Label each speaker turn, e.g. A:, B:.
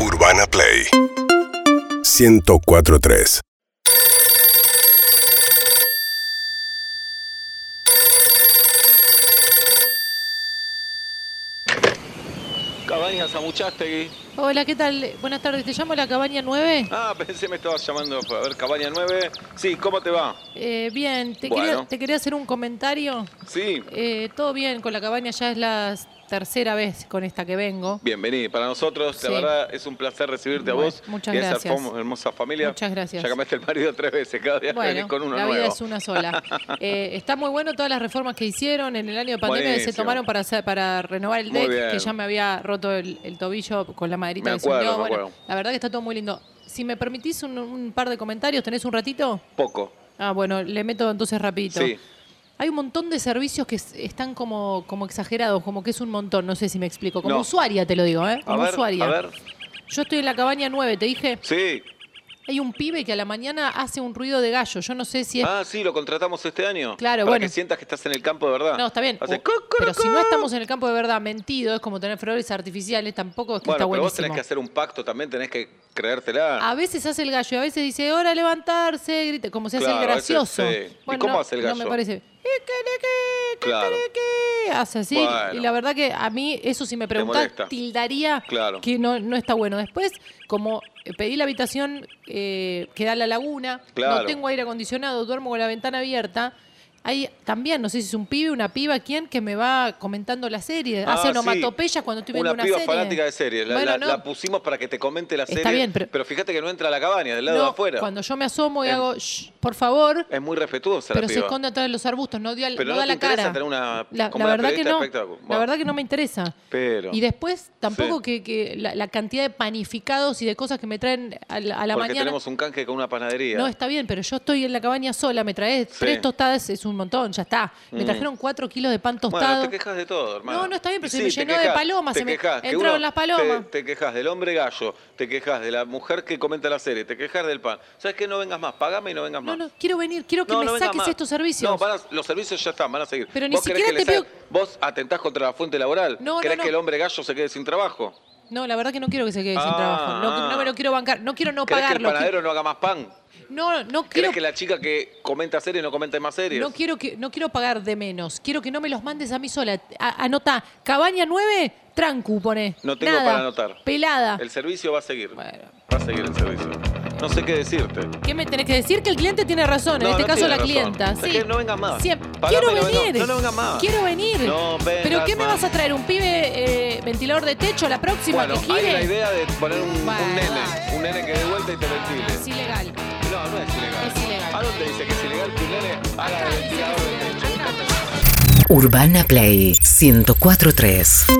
A: Urbana Play 1043
B: Cabañas Amuchastegui.
C: Hola, ¿qué tal? Buenas tardes, te llamo a la cabaña 9.
B: Ah, pensé me estabas llamando. A ver, Cabaña 9. Sí, ¿cómo te va?
C: Eh, bien, te,
B: Bueno.
C: quería, te quería hacer un comentario.
B: Sí.
C: Eh, todo bien con la cabaña, ya es la tercera vez con esta que vengo.
B: Bienvenido. Para nosotros,
C: Sí.
B: la verdad, es un placer recibirte a
C: Bueno,
B: vos.
C: muchas
B: y a esa
C: gracias.
B: fam- hermosa familia.
C: Muchas gracias.
B: Ya cambiaste el marido tres veces. Cada día venís
C: Bueno,
B: con uno
C: la
B: nuevo.
C: vida es una sola. Eh, está muy bueno todas las reformas que hicieron en el año de pandemia que se
B: Buenísimo.
C: tomaron para hacer- para renovar el
B: Muy
C: deck,
B: bien.
C: que ya me había roto el, el tobillo con la maderita
B: Me
C: que se hundió.
B: acuerdo, me
C: Bueno,
B: acuerdo.
C: la verdad que está todo muy lindo. Si me permitís un, un par de comentarios, ¿tenés un ratito?
B: Poco.
C: Ah, bueno, le meto entonces rapidito.
B: Sí.
C: Hay un montón de servicios que es- están como, como exagerados, como que es un montón, no sé si me explico. Como
B: No.
C: usuaria te lo digo, ¿eh?
B: A
C: Como
B: ver,
C: usuaria.
B: a ver.
C: Yo estoy en la cabaña 9, te dije,
B: Sí.
C: hay un pibe que a la mañana hace un ruido de gallo. Yo no sé si es.
B: Ah, sí, lo contratamos este año.
C: Claro,
B: para
C: bueno.
B: que sientas que estás en el campo de verdad.
C: no, está bien.
B: Hace
C: O-
B: cocorocó.
C: pero si no estamos en el campo de verdad mentido, es como tener flores artificiales, tampoco es que
B: Bueno,
C: está
B: pero
C: buenísimo.
B: vos tenés que hacer un pacto también, tenés que creértela.
C: A veces hace el gallo y a veces dice, ahora levantarse, grita, como se hace el
B: Claro, a veces
C: gracioso.
B: sí. ¿Y cómo
C: no,
B: hace el
C: No me
B: gallo?
C: parece. "Eh, "Icaleque,
B: Claro.
C: cacaleque", Hace así.
B: Bueno.
C: Y la verdad que a mí, eso si me preguntás,
B: molesta.
C: tildaría
B: Claro.
C: que no, no está bueno. Después, como eh, pedí la habitación eh, que da a la laguna,
B: Claro.
C: no tengo aire acondicionado, duermo con la ventana abierta. Hay también, no sé si es un pibe, una piba, quién, que me va comentando la serie.
B: Ah,
C: Hace
B: sí.
C: onomatopeyas cuando estoy viendo una,
B: piba
C: serie.
B: fanática de series. La,
C: Bueno,
B: la-
C: no.
B: la pusimos para que te comente la
C: Está
B: serie.
C: bien, pero-
B: fíjate que no entra a la cabaña, del lado
C: No,
B: de afuera.
C: Cuando yo me asomo y
B: Es-
C: hago, "Shh, por favor,
B: Es muy respetuosa
C: pero
B: la
C: se
B: piba.
C: esconde atrás de los arbustos, no, dio al-
B: Pero
C: no
B: no
C: da
B: te
C: la
B: interesa
C: cara.
B: tener una-
C: la,
B: como
C: la
B: una
C: verdad que
B: periodista
C: no,
B: de espectáculo.
C: la
B: Bueno.
C: verdad que no me interesa.
B: Pero-
C: y después tampoco
B: Sí.
C: que, que la, la cantidad de panificados y de cosas que me traen a la, a la
B: Porque
C: mañana.
B: tenemos un canje con una panadería.
C: No, está bien, pero yo estoy en la cabaña sola, me traes
B: Sí. Mm.
C: tres tostadas, es un montón, ya está. Me trajeron cuatro kilos de pan
B: bueno,
C: tostado.
B: te quejas de todo, hermano.
C: No, no, está bien, pero
B: Y
C: se me
B: te
C: llenó de
B: quejas,
C: palomas,
B: te
C: se me
B: quejas, que
C: entraron
B: uno
C: las palomas.
B: Te, te quejas del hombre gallo, te quejas de la mujer que comenta la serie, te quejas del pan. ¿Sabes qué? No vengas más, pagame y no vengas
C: no,
B: más.
C: no, quiero venir, quiero que
B: No,
C: me
B: no vengas
C: saques
B: más.
C: estos servicios.
B: No, van a- los servicios ya están, van a seguir.
C: Pero ni
B: ¿Vos querés
C: siquiera
B: que
C: te
B: les haga- Vos atentás contra la fuente laboral.
C: No, no,
B: ¿Querés
C: no.
B: que el hombre gallo se quede sin trabajo?
C: No, la verdad que no quiero que se quede sin
B: Ah.
C: trabajo. No, no me lo quiero bancar, no quiero no
B: ¿Querés que el
C: pagarlo.
B: panadero no haga más pan?
C: qui- No, no
B: ¿Querés
C: quiero
B: que la chica que comenta series no comente más series?
C: No quiero, que, no quiero pagar de menos. Quiero que no me los mandes a mí sola. A- anota, cabaña 9, trancu, pone.
B: No tengo
C: Nada.
B: para anotar.
C: Pelada.
B: El servicio va a seguir.
C: Bueno.
B: Va a seguir el servicio. No sé qué decirte.
C: ¿Qué me tenés que decir? Que el cliente tiene razón. en
B: No,
C: este
B: no
C: caso,
B: tiene
C: la
B: razón.
C: clienta.
B: Es
C: Sí.
B: que no vengas más.
C: Siempre.
B: Pará,
C: Quiero
B: pero no-
C: venir.
B: no, no vengas más.
C: Quiero venir.
B: No vengas
C: ¿Pero qué me
B: más.
C: vas a traer? ¿Un pibe eh, ventilador de techo la próxima
B: Bueno,
C: que
B: hay
C: gire?
B: la idea de poner un, un
C: Bueno.
B: nene. Un nene que dé vuelta y te
C: Es
B: ventile.
C: ilegal.
B: No, no es ilegal.
C: Es ilegal.
B: ¿A dónde dice que es ilegal que un nene haga de
C: Acá dice que
B: ventilador
C: es
B: de
C: ilegal.
B: techo?
C: Acá.
D: Urbana Play 1043.